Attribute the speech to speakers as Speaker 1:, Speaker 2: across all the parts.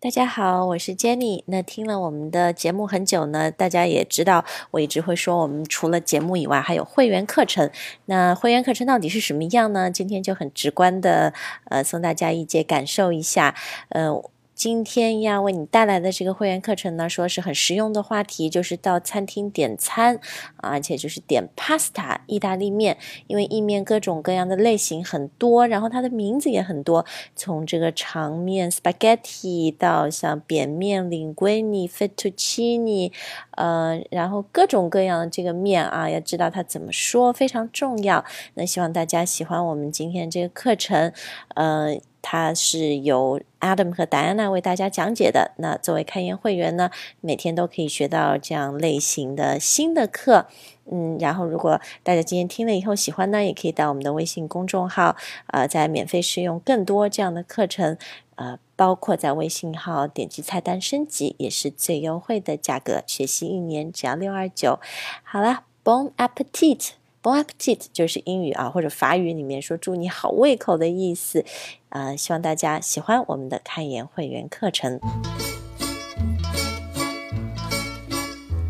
Speaker 1: 大家好，我是 Jenny。那听了我们的节目很久呢，大家也知道，我一直会说，我们除了节目以外，还有会员课程。那会员课程到底是什么样呢？今天就很直观的，呃，送大家一节感受一下。呃，今天要为你带来的这个会员课程呢，说是很实用的话题，就是到餐厅点餐，啊而且就是点 pasta 意大利面，因为意面各种各样的类型很多，然后它的名字也很多，从这个长面 spaghetti 到像扁面 linguine、fettuccine，呃，然后各种各样的这个面啊，要知道它怎么说非常重要。那希望大家喜欢我们今天这个课程，呃，它是由 Adam 和 Diana 为大家讲解的。那作为开源会员呢，每天都可以学到这样类型的新的课。嗯，然后如果大家今天听了以后喜欢呢，也可以到我们的微信公众号，呃，在免费试用更多这样的课程，呃，包括在微信号点击菜单升级，也是最优惠的价格，学习一年只要六二九。好啦 b o n appetit。Bon appetit 就是英语啊或者法语里面说“祝你好胃口”的意思，呃，希望大家喜欢我们的开言会员课程。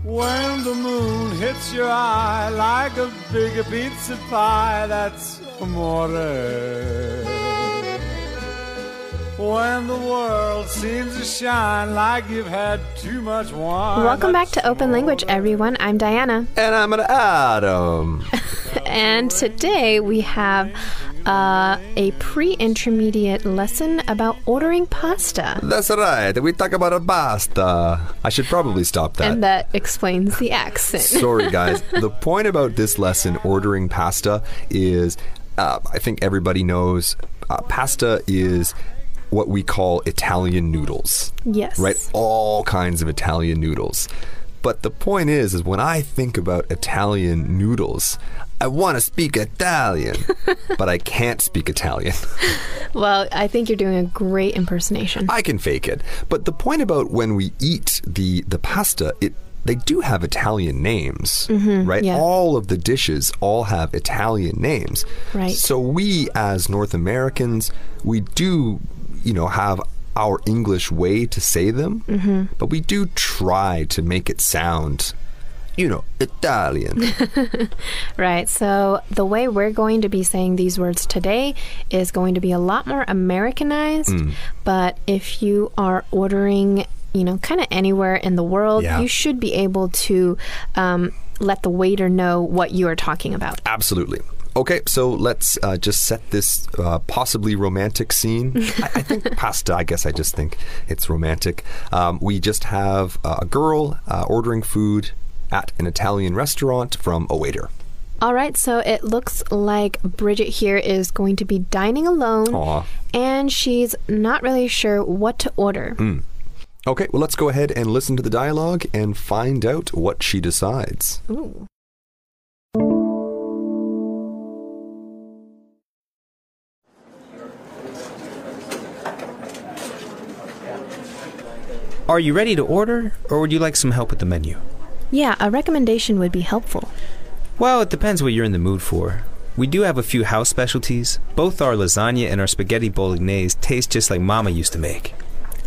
Speaker 2: When the moon hits your eye like a big pizza pie, that's amore. When the world seems to shine like you've had too much wine.
Speaker 3: Welcome back to Open Language, everyone. I'm Diana.
Speaker 4: And I'm an Adam.
Speaker 3: And today we have uh, a pre intermediate lesson about ordering pasta.
Speaker 4: That's right. We talk about a pasta. I should probably stop that.
Speaker 3: And that explains the accent.
Speaker 4: Sorry, guys. the point about this lesson, ordering pasta, is uh, I think everybody knows uh, pasta is what we call Italian noodles.
Speaker 3: Yes.
Speaker 4: right? All kinds of Italian noodles. But the point is, is when I think about Italian noodles, I want to speak Italian, but I can't speak Italian.
Speaker 3: Well, I think you're doing a great impersonation.
Speaker 4: I can fake it. But the point about when we eat the the pasta, it they do have Italian names, right?
Speaker 3: Mm-hmm. yeah.
Speaker 4: All of the dishes all have Italian names.
Speaker 3: Right.
Speaker 4: So we as North Americans, we do, you know, have our English way to say them,
Speaker 3: Mm-hmm.
Speaker 4: but we do try to make it sound, you know, Italian.
Speaker 3: Right, so the way we're going to be saying these words today is going to be a lot more Americanized,
Speaker 4: Mm.
Speaker 3: but if you are ordering, you know, kind of anywhere in the world,
Speaker 4: Yeah.
Speaker 3: you should be able to um, let the waiter know what you are talking about.
Speaker 4: Absolutely. Okay, so let's uh, just set this uh, possibly romantic scene. I, I think pasta, I guess I just think it's romantic. Um, we just have uh, a girl uh, ordering food at an Italian restaurant from a waiter.
Speaker 3: All right, so it looks like Bridget here is going to be dining alone,
Speaker 4: Aw.
Speaker 3: and she's not really sure what to order.
Speaker 4: Okay, well, let's go ahead and listen to the dialogue and find out what she decides.
Speaker 3: Ooh.
Speaker 5: Are you ready to order, or would you like some help with the menu?
Speaker 3: Yeah, a recommendation would be helpful.
Speaker 5: Well, it depends what you're in the mood for. We do have a few house specialties. Both our lasagna and our spaghetti bolognese taste just like Mama used to make.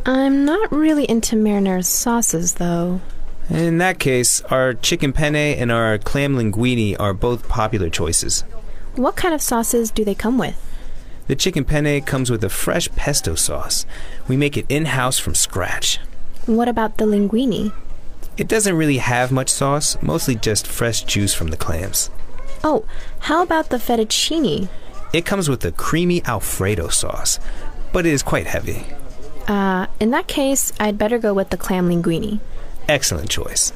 Speaker 3: I'm not really into marinara sauces, though.
Speaker 5: In that case, our chicken penne and our clam linguine are both popular choices.
Speaker 3: What kind of sauces do they come with?
Speaker 5: The chicken penne comes with a fresh pesto sauce. We make it in house from scratch.
Speaker 3: What about the linguine?
Speaker 5: It doesn't really have much sauce, mostly just fresh juice from the clams.
Speaker 3: Oh, how about the fettuccine?
Speaker 5: It comes with a creamy Alfredo sauce, but it is quite heavy.
Speaker 3: Uh, in that case, I'd better go with the clam linguine.
Speaker 5: Excellent choice.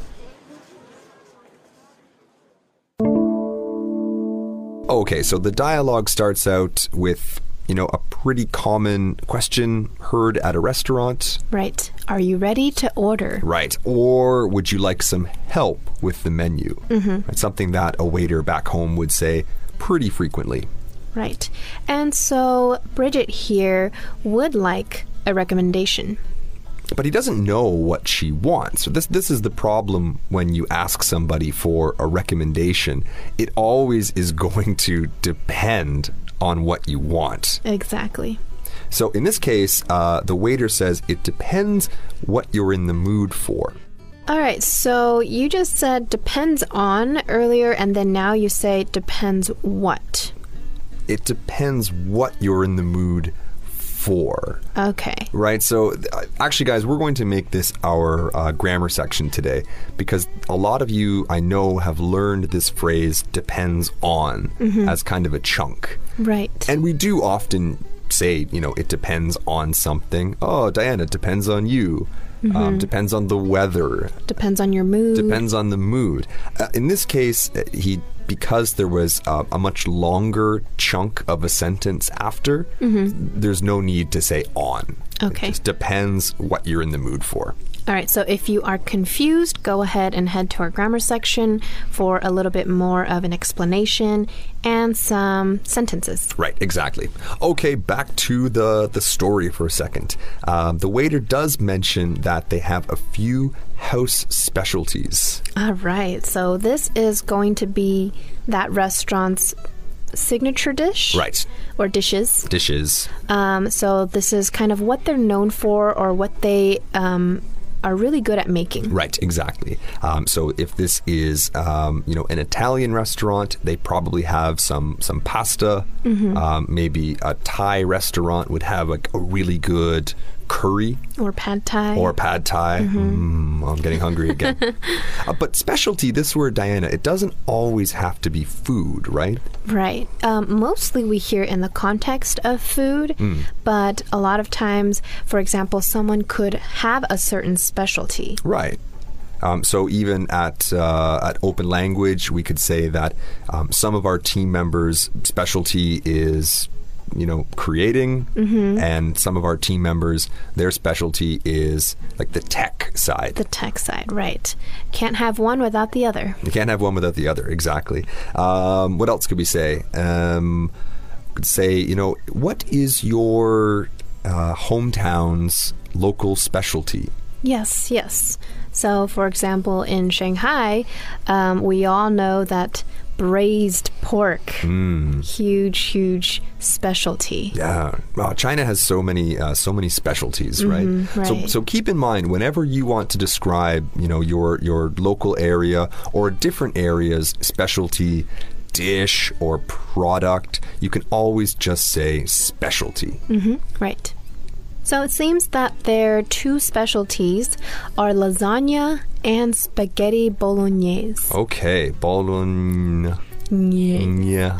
Speaker 4: Okay, so the dialogue starts out with, you know, a pretty common question heard at a restaurant.
Speaker 3: Right. Are you ready to order?
Speaker 4: Right. Or would you like some help with the menu? Mm-hmm. It's something that a waiter back home would say pretty frequently.
Speaker 3: Right. And so Bridget here would like a recommendation.
Speaker 4: But he doesn't know what she wants. So this this is the problem when you ask somebody for a recommendation. It always is going to depend on what you want.
Speaker 3: Exactly.
Speaker 4: So in this case, uh, the waiter says it depends what you're in the mood for.
Speaker 3: All right, so you just said depends on earlier, and then now you say depends what.
Speaker 4: It depends what you're in the mood for.
Speaker 3: Okay.
Speaker 4: Right. So, th- uh, actually, guys, we're going to make this our uh, grammar section today because a lot of you I know have learned this phrase depends on as kind of a chunk.
Speaker 3: Right.
Speaker 4: And we do often say, you know, it depends on something. Oh, Diana, it depends on you. Um, depends on the weather.
Speaker 3: Depends on your mood.
Speaker 4: Depends on the mood. Uh, in this case, uh, he because there was uh, a much longer chunk of a sentence after. There's no need to say on.
Speaker 3: Okay.
Speaker 4: It just depends what you're in the mood for.
Speaker 3: All right, so if you are confused, go ahead and head to our grammar section for a little bit more of an explanation and some sentences.
Speaker 4: Right, exactly. Okay, back to the the story for a second. Um, the waiter does mention that they have a few house specialties.
Speaker 3: All right, so this is going to be that restaurant's signature dish.
Speaker 4: Right,
Speaker 3: Or dishes.
Speaker 4: dishes.
Speaker 3: Um, so this is kind of what they're known for or what they um, are really good at making.
Speaker 4: Right, exactly. Um, so if this is um, you know an Italian restaurant, they probably have some some pasta. Um, maybe a Thai restaurant would have like a really good curry
Speaker 3: Or pad thai.
Speaker 4: or pad thai. Mm, I'm getting hungry again. uh, but specialty, this word, Diana, it doesn't always have to be food, right?
Speaker 3: Right. Um, mostly we hear in the context of food, but a lot of times, for example, someone could have a certain specialty.
Speaker 4: Right. Um, so even at uh, at open language, we could say that um, some of our team members' specialty is, you know, creating, and some of our team members their specialty is like the tech side.
Speaker 3: The tech side, right. Can't have one without the other.
Speaker 4: you can't have one without the other. Exactly. Um, what else could we say? Um, we could say, you know, what is your uh, hometown's local specialty?
Speaker 3: Yes, yes. So, for example, in Shanghai, um, we all know that braised pork, huge, huge specialty.
Speaker 4: Yeah, uh, wow, China has so many uh, so many specialties, right? So
Speaker 3: right.
Speaker 4: so keep in mind whenever you want to describe, you know, your your local area or different areas specialty dish or product, you can always just say specialty.
Speaker 3: Right. So it seems that their two specialties are lasagna and spaghetti bolognese.
Speaker 4: Okay, bologna.
Speaker 3: Yeah.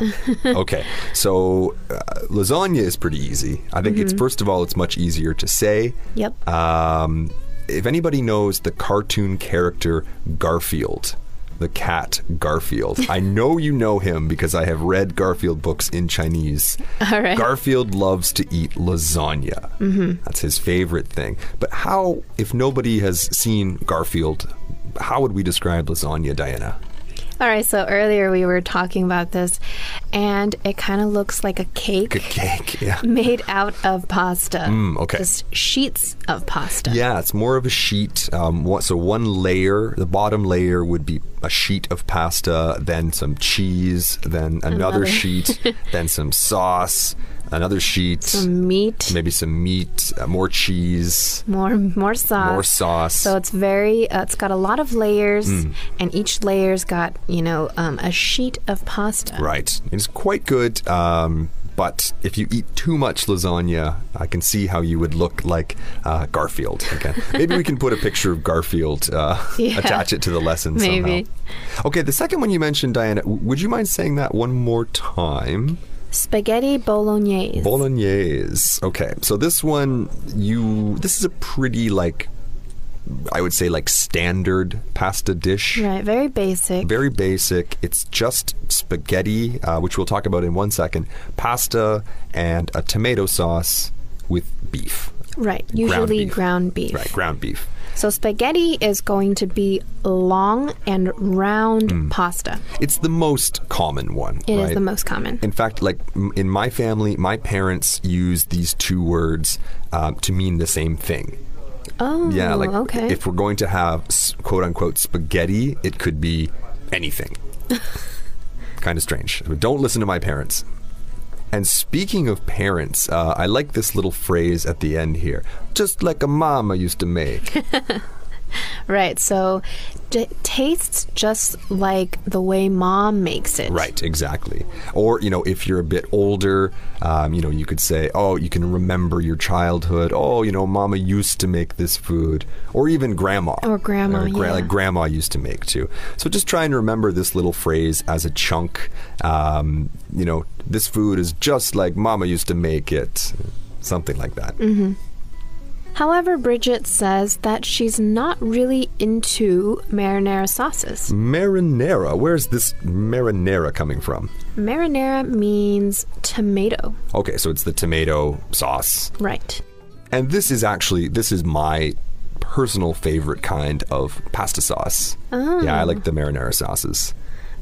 Speaker 4: Yeah. okay. So uh, lasagna is pretty easy. I think it's first of all it's much easier to say.
Speaker 3: Yep.
Speaker 4: Um, if anybody knows the cartoon character Garfield, the cat Garfield, I know you know him because I have read Garfield books in Chinese.
Speaker 3: All right.
Speaker 4: Garfield loves to eat lasagna. Mm-hmm. That's his favorite thing. But how, if nobody has seen Garfield, how would we describe lasagna, Diana?
Speaker 3: All right. So earlier we were talking about this, and it kind of looks like a cake
Speaker 4: Good cake. Yeah.
Speaker 3: made out of pasta. Mm,
Speaker 4: okay.
Speaker 3: Just sheets of pasta.
Speaker 4: Yeah, it's more of a sheet. Um, what, so one layer, the bottom layer would be a sheet of pasta, then some cheese, then another,
Speaker 3: Another.
Speaker 4: sheet, then some sauce, another sheet,
Speaker 3: Some meat.
Speaker 4: maybe some meat, uh, more cheese,
Speaker 3: More more sauce.
Speaker 4: more sauce.
Speaker 3: So it's very, uh, it's got a lot of layers,
Speaker 4: Mm.
Speaker 3: and each layer's got, you know, um, a sheet of pasta.
Speaker 4: right, it's quite good. Um, but if you eat too much lasagna, I can see how you would look like uh, Garfield. Okay, maybe we can put a picture of Garfield, uh,
Speaker 3: Yeah.
Speaker 4: attach it to the lesson
Speaker 3: Maybe.
Speaker 4: somehow. Okay, the second one you mentioned, Diana. w- Would you mind saying that one more time?
Speaker 3: Spaghetti bolognese.
Speaker 4: Bolognese. Okay, so this one, you, this is a pretty like, I would say like standard pasta dish.
Speaker 3: Right, very basic.
Speaker 4: Very basic. It's just spaghetti, uh, which we'll talk about in one second, pasta, and a tomato sauce with beef.
Speaker 3: right, usually
Speaker 4: beef.
Speaker 3: ground beef.
Speaker 4: Right, ground beef.
Speaker 3: So spaghetti is going to be long and round pasta.
Speaker 4: It's the most common one.
Speaker 3: It is
Speaker 4: Mm. right?
Speaker 3: the most common.
Speaker 4: In fact, like m- in my family, my parents use these two words um, to mean the same thing.
Speaker 3: oh,
Speaker 4: Yeah, like
Speaker 3: okay.
Speaker 4: if we're going to have s- quote unquote spaghetti, it could be anything. kind of strange. Don't listen to my parents. And speaking of parents, uh, I like this little phrase at the end here just like a mama used to make.
Speaker 3: Right. So d- tastes just like the way mom makes it.
Speaker 4: right, exactly. Or, you know, if you're a bit older, um, you know, you could say, oh, you can remember your childhood. Oh, you know, mama used to make this food. Or even grandma.
Speaker 3: Or grandma, yeah.
Speaker 4: Like grandma used to make too. So just try and remember this little phrase as a chunk. Um, you know, this food is just like mama used to make it. Something like that.
Speaker 3: Mm-hmm. However, Bridget says that she's not really into marinara sauces.
Speaker 4: Marinara. Where's this marinara coming from?
Speaker 3: Marinara means tomato.
Speaker 4: Okay, so it's the tomato sauce.
Speaker 3: Right.
Speaker 4: And this is actually this is my personal favorite kind of pasta sauce. Yeah, I like the marinara sauces.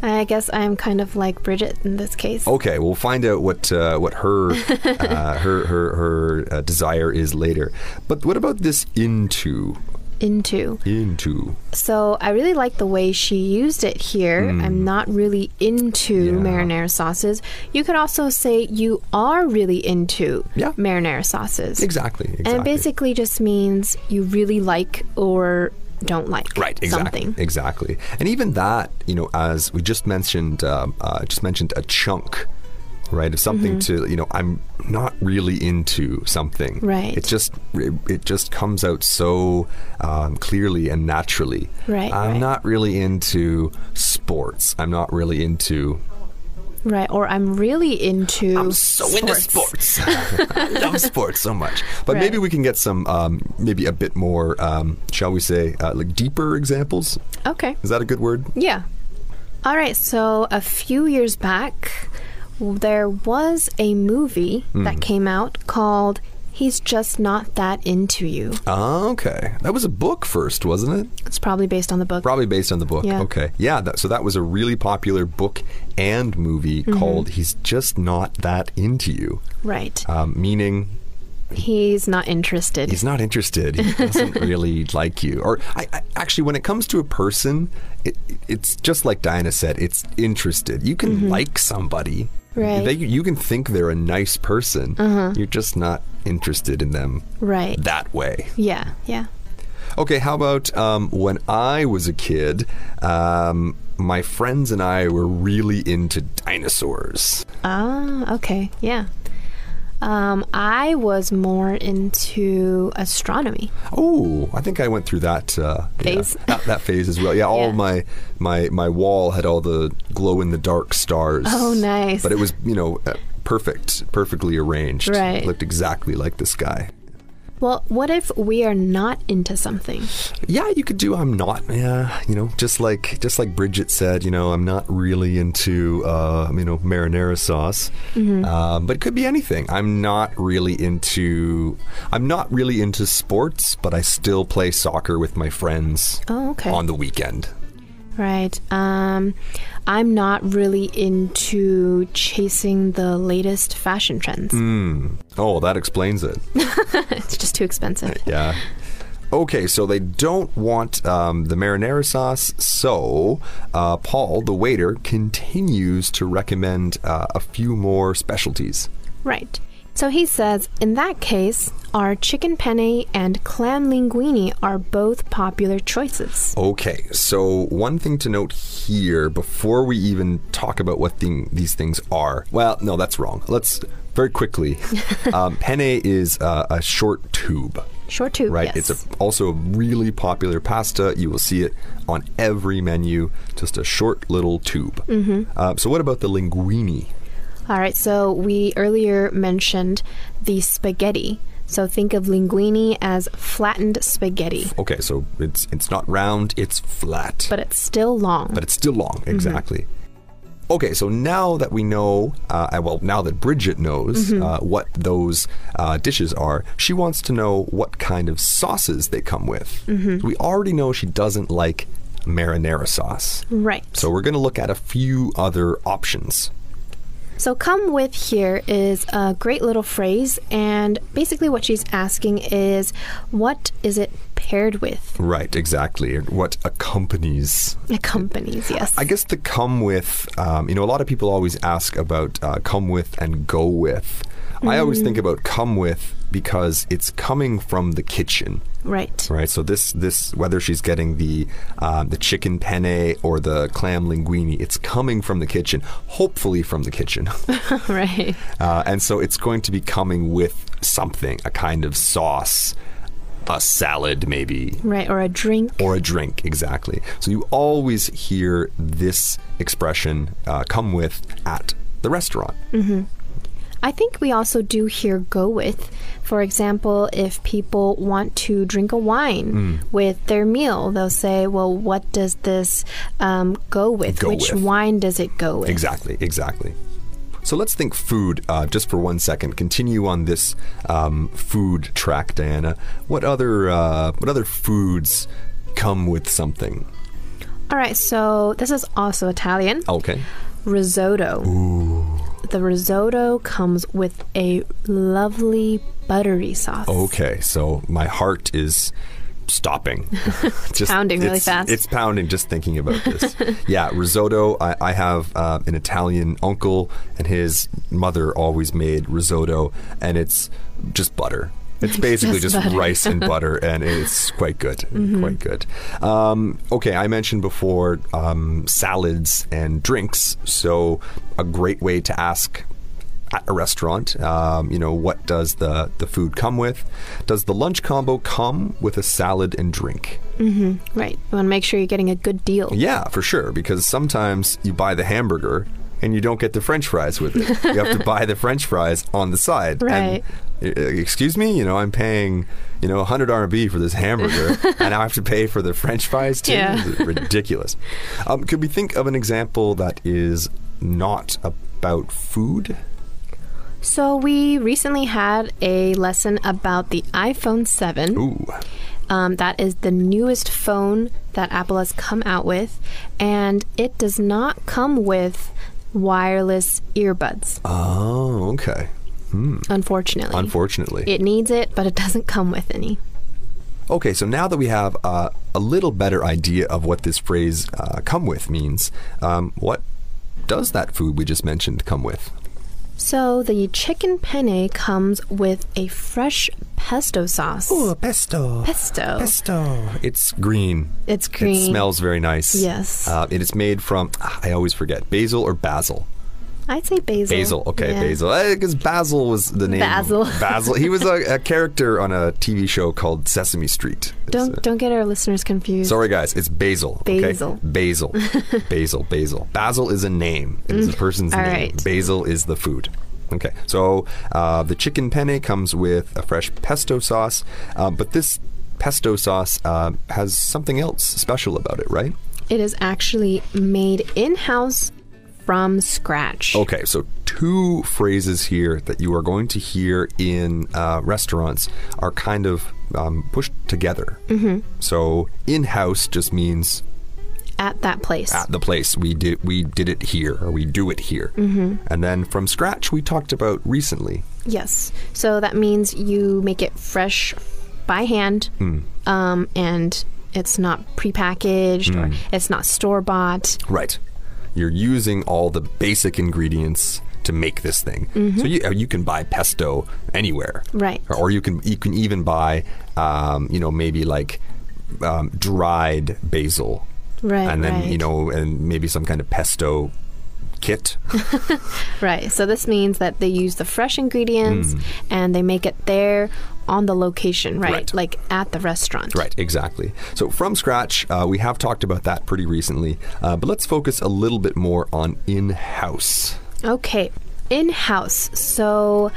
Speaker 3: Ah, I guess I'm kind of like Bridget in this case.
Speaker 4: Okay, we'll find out what uh, what her uh, her her, her uh, desire is later. But what about this into
Speaker 3: Into.
Speaker 4: into?
Speaker 3: So I really like the way she used it here.
Speaker 4: Mm.
Speaker 3: I'm not really into marinara sauces. You could also say you are really into
Speaker 4: Yeah.
Speaker 3: marinara sauces.
Speaker 4: Exactly. Exactly.
Speaker 3: And it basically just means you really like or don't like
Speaker 4: Right, exactly,
Speaker 3: something.
Speaker 4: exactly, and even that, you know, as we just mentioned, um, uh, just mentioned a chunk, right, of something
Speaker 3: Mm-hmm.
Speaker 4: to, you know, I'm not really into something,
Speaker 3: Right.
Speaker 4: It just, it, it just comes out so um, clearly and naturally,
Speaker 3: Right,
Speaker 4: I'm
Speaker 3: right.
Speaker 4: not really into sports. I'm not really into.
Speaker 3: Right. Or I'm really into
Speaker 4: I'm so into sports. I love sports so much, but maybe
Speaker 3: Right.
Speaker 4: we can get some, um, maybe a bit more, um, shall we say, uh, like deeper examples.
Speaker 3: Okay.
Speaker 4: Is that a good word?
Speaker 3: Yeah. All right. So a few years back, w- there was a movie that
Speaker 4: Hmm.
Speaker 3: came out called He's Just Not That Into You.
Speaker 4: Ah, okay. That was a book first, wasn't it?
Speaker 3: It's probably based on the book.
Speaker 4: Probably based on the book.
Speaker 3: Yeah.
Speaker 4: Okay. Yeah. That, so that was a really popular book and movie
Speaker 3: Mm-hmm.
Speaker 4: called "He's Just Not That Into You,"
Speaker 3: right.
Speaker 4: um, meaning
Speaker 3: He's not interested.
Speaker 4: he's not interested. He doesn't really like you. Or I, I, actually, when it comes to a person, it, it's just like Diana said. It's interested. You can like somebody.
Speaker 3: Mm-hmm. Right. Uh-huh.
Speaker 4: They, you can think they're a nice person. You're just not interested in them
Speaker 3: right.
Speaker 4: that way.
Speaker 3: yeah. Yeah.
Speaker 4: Okay, how about um, when I was a kid? Um, my friends and I were really into dinosaurs.
Speaker 3: Ah, okay. Yeah. Um, I was more into astronomy.
Speaker 4: Oh, I think I went through that uh, yeah,
Speaker 3: Phase.
Speaker 4: that, that phase as well. Yeah, all
Speaker 3: Yeah.
Speaker 4: my my my wall had all the glow in the dark stars.
Speaker 3: Oh, nice.
Speaker 4: But it was you know uh, perfect, perfectly arranged.
Speaker 3: Right.
Speaker 4: looked exactly like the sky.
Speaker 3: Well, what if we are not into something?
Speaker 4: Yeah, you could do. I'm not. Yeah, you know, just like just like Bridget said, you know, I'm not really into uh, you know marinara sauce, um, but it could be anything. I'm not really into. I'm not really into sports, but I still play soccer with my friends
Speaker 3: Oh, okay.
Speaker 4: on the weekend.
Speaker 3: Right. Um, I'm not really into chasing the latest fashion trends.
Speaker 4: Oh, that explains it.
Speaker 3: It's just too expensive.
Speaker 4: Yeah. Okay, so they don't want um, the marinara sauce, so uh, Paul, the waiter, continues to recommend uh, a few more specialties.
Speaker 3: Right. So he says, in that case, our chicken penne and clam linguine are both popular choices.
Speaker 4: Okay, so one thing to note here before we even talk about what thing, these things are. Well, no, that's wrong. Let's very quickly. um, penne is uh, a short tube,
Speaker 3: Sure, too.
Speaker 4: right?
Speaker 3: Yes.
Speaker 4: It's a, also a really popular pasta. You will see it on every menu. Just a short little tube. Mm-hmm. Uh, so, what about the linguine?
Speaker 3: All right. So we earlier mentioned the spaghetti. So think of linguine as flattened spaghetti,
Speaker 4: Okay, so it's it's not round; it's flat.
Speaker 3: but it's still long.
Speaker 4: but it's still long. Exactly. Okay, so now that we know, uh, uh, well, now that Bridget knows uh, what those uh, dishes are, she wants to know what kind of sauces they come with. We already know she doesn't like marinara sauce.
Speaker 3: right.
Speaker 4: So we're going to look at a few other options.
Speaker 3: So, come with here is a great little phrase, and basically, what she's asking is what is it paired with.
Speaker 4: Right, exactly. And What accompanies
Speaker 3: Accompanies, yes.
Speaker 4: I guess the come with, um, you know, a lot of people always ask about uh, come with and go with. I always think about come with because it's coming from the kitchen,
Speaker 3: right.
Speaker 4: right? So this this whether she's getting the um, the chicken penne or the clam linguine, it's coming from the kitchen, hopefully from the kitchen,
Speaker 3: right.
Speaker 4: uh, and so it's going to be coming with something, a kind of sauce, a salad maybe,
Speaker 3: Right. Or a drink.
Speaker 4: or a drink, exactly. So you always hear this expression uh, come with at the restaurant.
Speaker 3: I think we also do here go with. For example, if people want to drink a wine
Speaker 4: Hmm.
Speaker 3: with their meal, they'll say, well, what does this um, go with?
Speaker 4: Go
Speaker 3: Which
Speaker 4: with.
Speaker 3: wine does it go with?
Speaker 4: Exactly, exactly. So let's think food uh, just for one second. Continue on this um, food track, Diana. What other uh, what other foods come with something?
Speaker 3: All right, so this is also Italian.
Speaker 4: Okay,
Speaker 3: Risotto. The risotto comes with a lovely buttery sauce.
Speaker 4: okay. So my heart is stopping, just
Speaker 3: Pounding really
Speaker 4: it's-
Speaker 3: fast.
Speaker 4: It's pounding just thinking about this. yeah, risotto. I, I have uh, an Italian uncle, and his mother always made risotto, and it's just butter. It's basically just,
Speaker 3: just butter.
Speaker 4: rice and butter, and it's quite good. Quite good. Um, okay, I mentioned before um, salads and drinks, so a great way to ask. At a restaurant, um, you know, what does the, the food come with? Does the lunch combo come with a salad and drink?
Speaker 3: Right. You want to make sure you're getting a good deal.
Speaker 4: Yeah, for sure. Because sometimes you buy the hamburger and you don't get the French fries with it. you have to buy the French fries on the side.
Speaker 3: Right.
Speaker 4: And, uh, excuse me, you know, I'm paying, you know, 100 RMB for this hamburger, and now I have to pay for the French fries too.
Speaker 3: Yeah.
Speaker 4: It's ridiculous. Um, could we think of an example that is not about food?
Speaker 3: So, we recently had a lesson about the iPhone 7.
Speaker 4: Ooh,
Speaker 3: Um, that is the newest phone that Apple has come out with, and it does not come with wireless earbuds,
Speaker 4: oh, okay.
Speaker 3: unfortunately.
Speaker 4: Unfortunately.
Speaker 3: it needs it, but it doesn't come with any.
Speaker 4: Okay, so now that we have uh, a little better idea of what this phrase uh, come with means, um, what does that food we just mentioned come with?
Speaker 3: So, the chicken penne comes with a fresh pesto sauce.
Speaker 4: pesto.
Speaker 3: Pesto.
Speaker 4: Pesto. It's green.
Speaker 3: It's green.
Speaker 4: It smells very nice.
Speaker 3: Yes.
Speaker 4: Uh, it is made from, ah, I always forget, basil or basil?
Speaker 3: I'd say basil.
Speaker 4: Basil, okay,
Speaker 3: Yeah.
Speaker 4: basil. Because Basil was the name.
Speaker 3: Basil.
Speaker 4: Basil. He was a, a character on a TV show called Sesame Street. It's a-
Speaker 3: Don't don't get our listeners confused.
Speaker 4: Sorry, guys. It's Basil. okay?
Speaker 3: Basil.
Speaker 4: Basil. Basil. Basil. Basil is a name. It is a person's
Speaker 3: Mm. All
Speaker 4: name.
Speaker 3: right.
Speaker 4: Basil is the food. Okay. So uh, the chicken penne comes with a fresh pesto sauce, uh, but this pesto sauce uh, has something else special about it, right?
Speaker 3: It is actually made in house from scratch.
Speaker 4: Okay, so two phrases here that you are going to hear in uh, restaurants are kind of um, pushed together. Mm-hmm. So in house just means
Speaker 3: At that place.
Speaker 4: at the place we did we did it here or we do it here
Speaker 3: Mm-hmm.
Speaker 4: and then from scratch we talked about recently
Speaker 3: Yes. So that means you make it fresh by hand,
Speaker 4: Hmm.
Speaker 3: um, and it's not prepackaged
Speaker 4: Hmm.
Speaker 3: or it's not store bought.
Speaker 4: right you're using all the basic ingredients to make this thing so you, uh, you can buy pesto anywhere
Speaker 3: Mm-hmm. Right.
Speaker 4: or, or you can you can even buy um, you know maybe like um, dried basil
Speaker 3: Right.
Speaker 4: and then
Speaker 3: right.
Speaker 4: you know and maybe some kind of pesto kit
Speaker 3: Right. So this means that they use the fresh
Speaker 4: Mm.
Speaker 3: ingredients and they make it there on the location, right?
Speaker 4: Right.
Speaker 3: Like at the restaurant.
Speaker 4: Right, exactly. So from scratch, uh, we have talked about that pretty recently, uh, but let's focus a little bit more on in-house.
Speaker 3: Okay, in house. So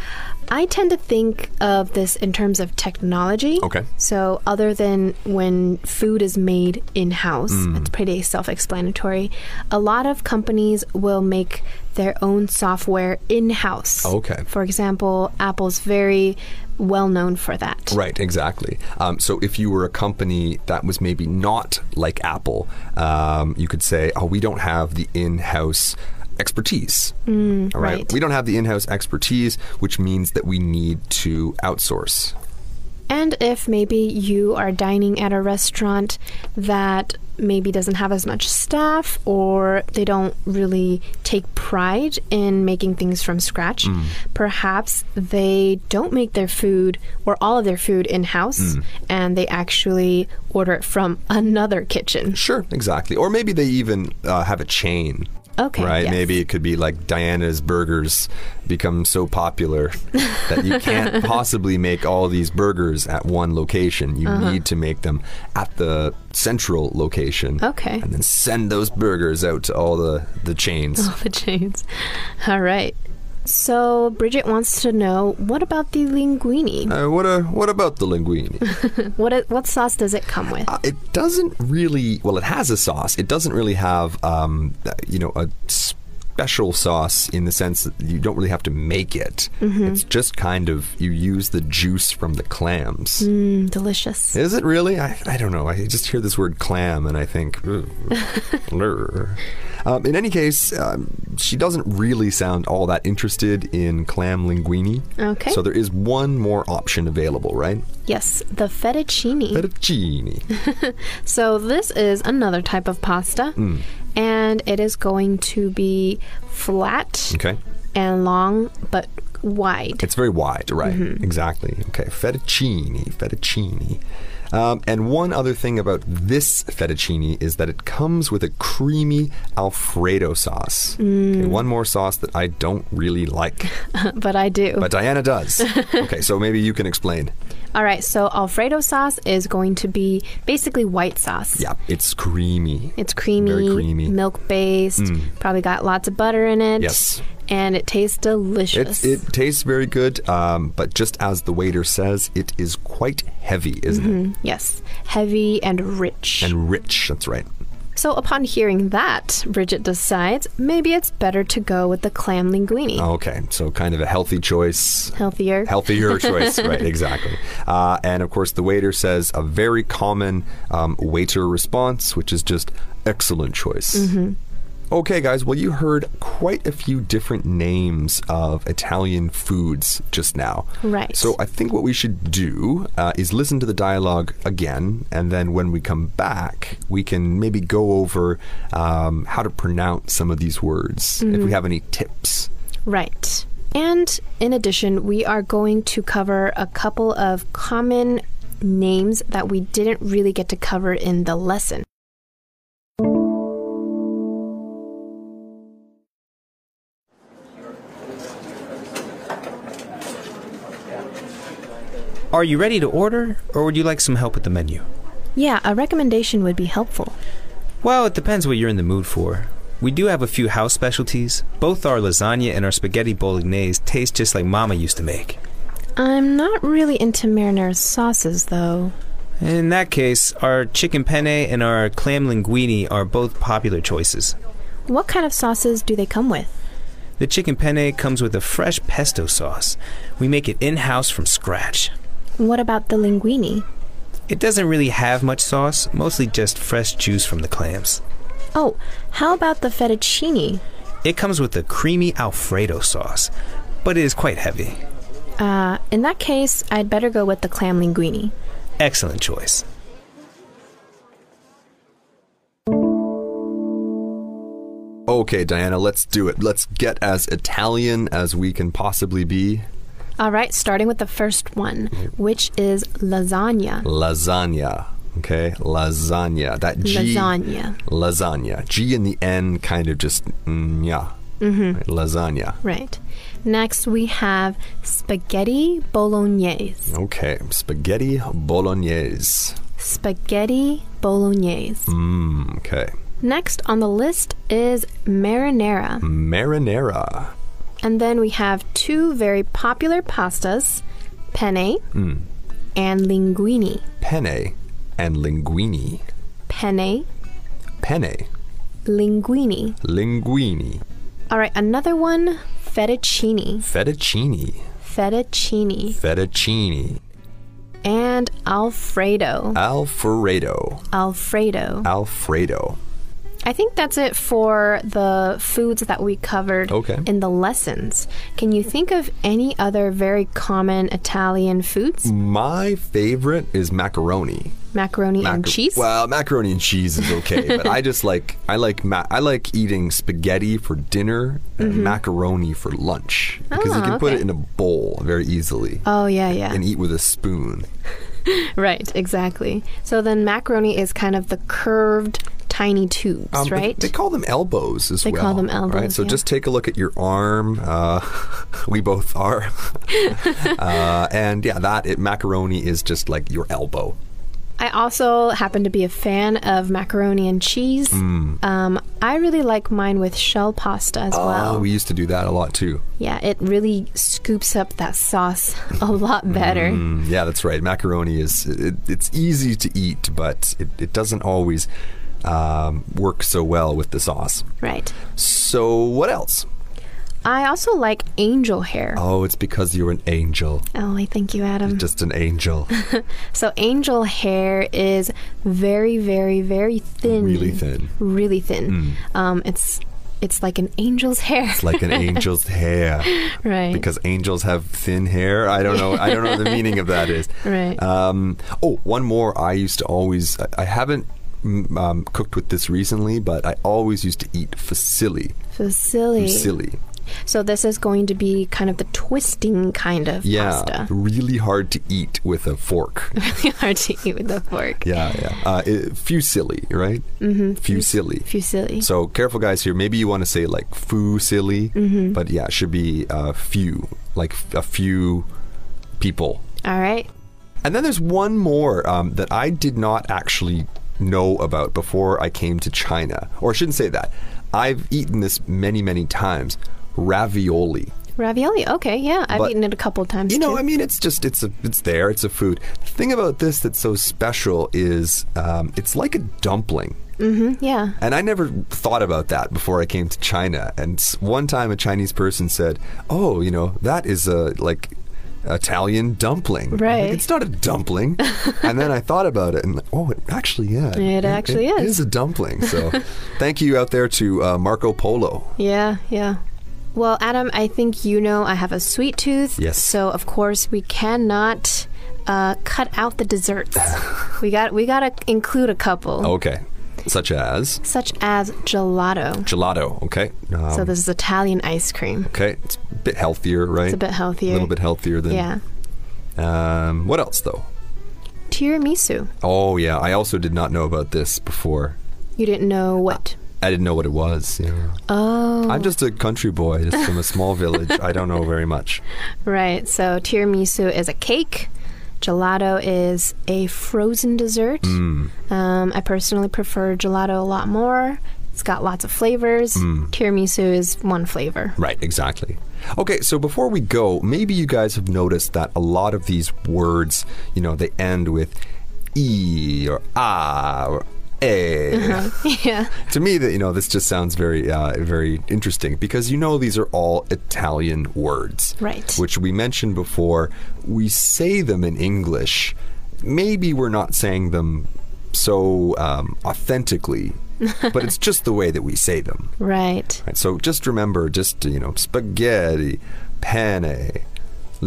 Speaker 3: I tend to think of this in terms of technology.
Speaker 4: Okay.
Speaker 3: So, other than when food is made in house,
Speaker 4: Mm.
Speaker 3: it's pretty self explanatory. A lot of companies will make their own software in house.
Speaker 4: Okay.
Speaker 3: For example, Apple's very well known for that.
Speaker 4: Right, exactly. Um, so if you were a company that was maybe not like Apple, um, you could say, "Oh, we don't have the in-house." Expertise. All
Speaker 3: right.
Speaker 4: We don't have the in house expertise, which means that we need to outsource.
Speaker 3: And if maybe you are dining at a restaurant that maybe doesn't have as much staff or they don't really take pride in making things from scratch, perhaps they don't make their food or all of their food in house and they actually order it from another kitchen.
Speaker 4: Sure, exactly. Or maybe they even uh, have a chain.
Speaker 3: Okay,
Speaker 4: Right?
Speaker 3: yes.
Speaker 4: Maybe it could be like Diana's Burgers become so popular that you can't possibly make all these burgers at one location. You
Speaker 3: Uh-huh.
Speaker 4: need to make them at the central location.
Speaker 3: Okay.
Speaker 4: And then send those burgers out to all the, the chains.
Speaker 3: the chains. All right. So Bridget wants to know what about the linguine?
Speaker 4: Uh, what, a, what about the linguine?
Speaker 3: What i- what sauce does it come with?
Speaker 4: Uh, it doesn't really. Well, it has a sauce. It doesn't really have, um, uh, you know, a special sauce in the sense that you don't really have to make it.
Speaker 3: Mm-hmm.
Speaker 4: It's just kind of you use the juice from the clams.
Speaker 3: Mm, delicious.
Speaker 4: Is it really? I, I don't know. I just hear this word clam and I think. "Ugh, blur." um, in any case, um, she doesn't really sound all that interested in clam linguine.
Speaker 3: Okay.
Speaker 4: So there is one more option available, right?
Speaker 3: Yes, the fettuccine.
Speaker 4: Fettuccine.
Speaker 3: so this is another type of pasta,
Speaker 4: Mm.
Speaker 3: and it is going to be flat
Speaker 4: Okay.
Speaker 3: and long but wide.
Speaker 4: It's very wide, right? Exactly. Okay, fettuccine, fettuccine. Um, and one other thing about this fettuccine is that it comes with a creamy Alfredo sauce. Okay, one more sauce that I don't really like,
Speaker 3: but I do.
Speaker 4: but Diana does. okay, so maybe you can explain.
Speaker 3: All right, so Alfredo sauce is going to be basically white sauce.
Speaker 4: Yeah, it's creamy.
Speaker 3: It's creamy,
Speaker 4: Very creamy. Mm.
Speaker 3: milk based, probably got lots of butter in it.
Speaker 4: Yes.
Speaker 3: And it tastes delicious.
Speaker 4: It's, it tastes very good, um, but just as the waiter says, it is quite heavy, isn't
Speaker 3: Mm-hmm.
Speaker 4: it?
Speaker 3: yes. Heavy and rich.
Speaker 4: And rich, that's right.
Speaker 3: so, upon hearing that, Bridget decides maybe it's better to go with the clam linguine.
Speaker 4: Okay, so kind of a healthy choice.
Speaker 3: Healthier.
Speaker 4: healthier choice, right? Exactly. Uh, and of course, the waiter says a very common um, waiter response, which is just excellent choice. Okay, guys. Well, you heard quite a few different names of Italian foods just now.
Speaker 3: Right.
Speaker 4: So I think what we should do uh, is listen to the dialogue again, and then when we come back, we can maybe go over um, how to pronounce some of these words if we have any tips.
Speaker 3: Right. And in addition, we are going to cover a couple of common names that we didn't really get to cover in the lesson.
Speaker 5: Are you ready to order, or would you like some help with the menu?
Speaker 3: Yeah, a recommendation would be helpful.
Speaker 5: Well, it depends what you're in the mood for. We do have a few house specialties. Both our lasagna and our spaghetti bolognese taste just like Mama used to make.
Speaker 3: I'm not really into marinara sauces, though.
Speaker 5: In that case, our chicken penne and our clam linguine are both popular choices.
Speaker 3: What kind of sauces do they come with?
Speaker 5: The chicken penne comes with a fresh pesto sauce. We make it in house from scratch.
Speaker 3: What about the linguine?
Speaker 5: It doesn't really have much sauce, mostly just fresh juice from the clams.
Speaker 3: Oh, how about the fettuccine?
Speaker 5: It comes with a creamy Alfredo sauce, but it is quite heavy.
Speaker 3: Uh, in that case, I'd better go with the clam linguine.
Speaker 5: Excellent choice.
Speaker 4: Okay, Diana, let's do it. Let's get as Italian as we can possibly be.
Speaker 3: All right, starting with the first one, which is lasagna.
Speaker 4: Lasagna. Okay, lasagna. That G.
Speaker 3: Lasagna.
Speaker 4: Lasagna. G and the N kind of just mm, yeah. Mm-hmm. Lasagna.
Speaker 3: Right. Next, we have spaghetti bolognese.
Speaker 4: Okay, spaghetti bolognese.
Speaker 3: Spaghetti bolognese.
Speaker 4: Mm, okay,
Speaker 3: Next on the list is marinara.
Speaker 4: Mm. marinara.
Speaker 3: And then we have two very popular pastas, penne
Speaker 4: Mm.
Speaker 3: and linguine.
Speaker 4: Penne and linguine.
Speaker 3: Penne,
Speaker 4: Penne,
Speaker 3: linguine.
Speaker 4: linguine,
Speaker 3: All right, another one, fettuccine.
Speaker 4: fettuccine,
Speaker 3: Fettuccine
Speaker 4: fettuccine,
Speaker 3: and alfredo.
Speaker 4: alfredo,
Speaker 3: Alfredo.
Speaker 4: alfredo.
Speaker 3: I think that's it for the foods that we covered
Speaker 4: Okay.
Speaker 3: in the lessons. Can you think of any other very common Italian
Speaker 4: Mm.
Speaker 3: foods?
Speaker 4: My favorite is macaroni.
Speaker 3: Macaroni and
Speaker 4: Macar-
Speaker 3: cheese?
Speaker 4: Well, macaroni and cheese is okay, but I just like I like ma- I like eating spaghetti for dinner and macaroni for lunch because you
Speaker 3: Mm-hmm. Ah,
Speaker 4: can put it
Speaker 3: okay.
Speaker 4: in a bowl very easily
Speaker 3: oh, yeah, yeah.
Speaker 4: and eat with a spoon.
Speaker 3: Right, exactly. So then macaroni is kind of the curved tiny tubes,
Speaker 4: Um, but
Speaker 3: right?
Speaker 4: They call them elbows as
Speaker 3: They
Speaker 4: well.
Speaker 3: call them
Speaker 4: Right?
Speaker 3: elbows,
Speaker 4: So
Speaker 3: yeah.
Speaker 4: just take a look at your arm. Uh, we both are. uh, and yeah, that it, macaroni is just like your elbow.
Speaker 3: I also happen to be a fan of macaroni and cheese.
Speaker 4: Mm.
Speaker 3: Um, I really like mine with shell pasta as
Speaker 4: Uh,
Speaker 3: well.
Speaker 4: we used to do that a lot too.
Speaker 3: yeah, it really scoops up that sauce a lot better.
Speaker 4: Mm, yeah, that's right. Macaroni is it, it's easy to eat, but it, it doesn't always um, work so well with the sauce.
Speaker 3: Right.
Speaker 4: So what else?
Speaker 3: I also like angel hair. Oh,
Speaker 4: Oh, it's because you're an angel,
Speaker 3: I thank you, Adam.
Speaker 4: just an angel,
Speaker 3: So angel hair is very, very, very thin.
Speaker 4: really thin, Hmm.
Speaker 3: Really thin. Um, it's it's like an angel's hair.
Speaker 4: like an angel's hair.
Speaker 3: right.
Speaker 4: Because angels have thin hair. I don't know. I don't know what the meaning of that is.
Speaker 3: Right.
Speaker 4: Um, oh, one more. I used to always. I, I haven't. mm, Um, cooked with this recently, but I always used to eat facili.
Speaker 3: Fusilli.
Speaker 4: Facili,
Speaker 3: So this is going to be kind of the twisting kind of
Speaker 4: yeah,
Speaker 3: pasta.
Speaker 4: really hard to eat with a fork.
Speaker 3: Really hard to eat with a fork.
Speaker 4: Yeah, yeah. Uh, it, fusilli, right? Mm-hmm. Fusilli.
Speaker 3: Fusilli.
Speaker 4: So careful, guys. Here, maybe you want to say like foo silly,
Speaker 3: Mm-hmm.
Speaker 4: but yeah, it should be uh, few, like f- a few people.
Speaker 3: All right.
Speaker 4: And then there's one more um, that I did not actually know about before I came to China, or I shouldn't say that. I've eaten this many, many times. Ravioli.
Speaker 3: Ravioli. Okay, yeah. I've
Speaker 4: But-
Speaker 3: eaten it a couple times
Speaker 4: You know,
Speaker 3: too.
Speaker 4: I mean, it's just it's a it's there. It's a food. The thing about this that's so special is um, it's like a dumpling.
Speaker 3: Mhm, yeah.
Speaker 4: And I never thought about that before I came to China. And s- one time a Chinese person said, "Oh, you know, that is a like Italian dumpling. I'm like,
Speaker 3: Right.
Speaker 4: it's not a dumpling." and then I thought about it and like, "Oh, it actually yeah.
Speaker 3: It actually
Speaker 4: It is
Speaker 3: is.
Speaker 4: a dumpling." So, thank you out there to uh, Marco Polo.
Speaker 3: Yeah, yeah. Well, Adam, I think you know I have a sweet tooth.
Speaker 4: Yes.
Speaker 3: So of course we cannot uh, cut out the desserts. we got we gotta include a couple,
Speaker 4: Okay. Such as
Speaker 3: such as gelato.
Speaker 4: gelato, okay? Um,
Speaker 3: so this is Italian ice cream.
Speaker 4: okay, it's a bit healthier, right?
Speaker 3: It's a bit healthier.
Speaker 4: A little bit healthier than
Speaker 3: Yeah.
Speaker 4: Um, what else though?
Speaker 3: Tiramisu.
Speaker 4: Oh yeah, I also did not know about this before.
Speaker 3: You didn't know what.
Speaker 4: I didn't know what it was. You know.
Speaker 3: Oh,
Speaker 4: I'm just a country boy, just from a small village. I don't know very much.
Speaker 3: right. So tiramisu is a cake. Gelato is a frozen dessert. Um, I personally prefer gelato a lot more. It's got lots of flavors. Tiramisu is one flavor.
Speaker 4: Right, exactly. Okay, so before we go, maybe you guys have noticed that a lot of these words, you know, they end with e or ah or
Speaker 3: Uh-huh.
Speaker 4: a.
Speaker 3: yeah.
Speaker 4: to me, that you know, this just sounds very, uh, very interesting because you know these are all Italian words,
Speaker 3: Right.
Speaker 4: Which we mentioned before. We say them in English. Maybe we're not saying them so um, authentically, but it's just the way that we say them.
Speaker 3: Right.
Speaker 4: Right, so just remember, just you know, spaghetti, pane,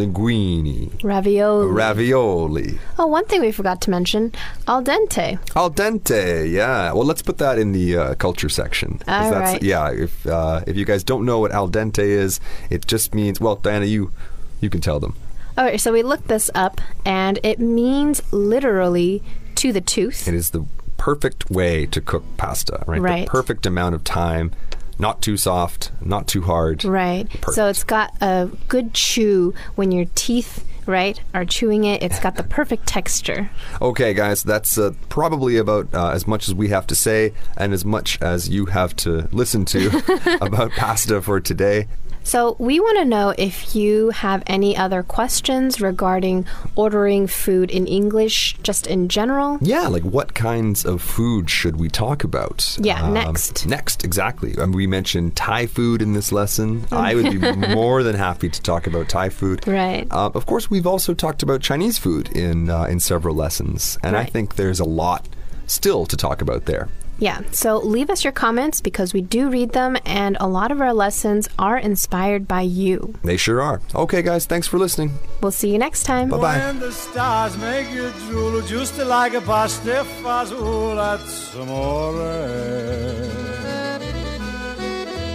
Speaker 4: linguine,
Speaker 3: Ravioli.
Speaker 4: ravioli,
Speaker 3: oh, one thing we forgot to mention al dente.
Speaker 4: al dente. Yeah. Well, let's put that in the uh, culture section. 'cause
Speaker 3: All
Speaker 4: that's-
Speaker 3: right.
Speaker 4: Yeah. If uh, if you guys don't know what al dente is, it just means. Well, Diana, you you can tell them.
Speaker 3: All right, so we looked this up and it means literally to the tooth.
Speaker 4: It is the perfect way to cook pasta. Right.
Speaker 3: Right.
Speaker 4: The perfect amount of time. Not too soft. Not too hard.
Speaker 3: Right. So
Speaker 4: Perfect.
Speaker 3: it's got a good chew when your teeth, right, are chewing it. It's got the perfect texture.
Speaker 4: Okay, guys, that's uh, probably about uh, as much as we have to say and as much as you have to listen to about pasta for today.
Speaker 3: So we want to know if you have any other questions regarding ordering food in English, just in general.
Speaker 4: Yeah, like what kinds of food should we talk about? Um,
Speaker 3: Yeah, next.
Speaker 4: Next, exactly. Um, we mentioned Thai food in this lesson. I would be more than happy to talk about Thai food.
Speaker 3: Right.
Speaker 4: Uh, of course, we've also talked about Chinese food in uh, in several lessons, and I
Speaker 3: Right.
Speaker 4: think there's a lot still to talk about there.
Speaker 3: Yeah, so leave us your comments because we do read them, and a lot of our lessons are inspired by you.
Speaker 4: They sure are. Okay, guys, thanks for listening.
Speaker 3: We'll see you next time.
Speaker 4: Bye-bye.
Speaker 5: When the stars make you drool, just like a pasta fazool, that's amore.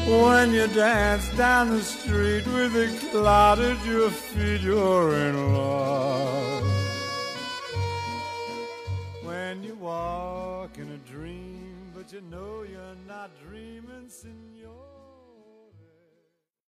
Speaker 5: When you dance down the street with a cloud at your feet, you're in love. When you walk in a dream, but you know you're not dreaming, senor.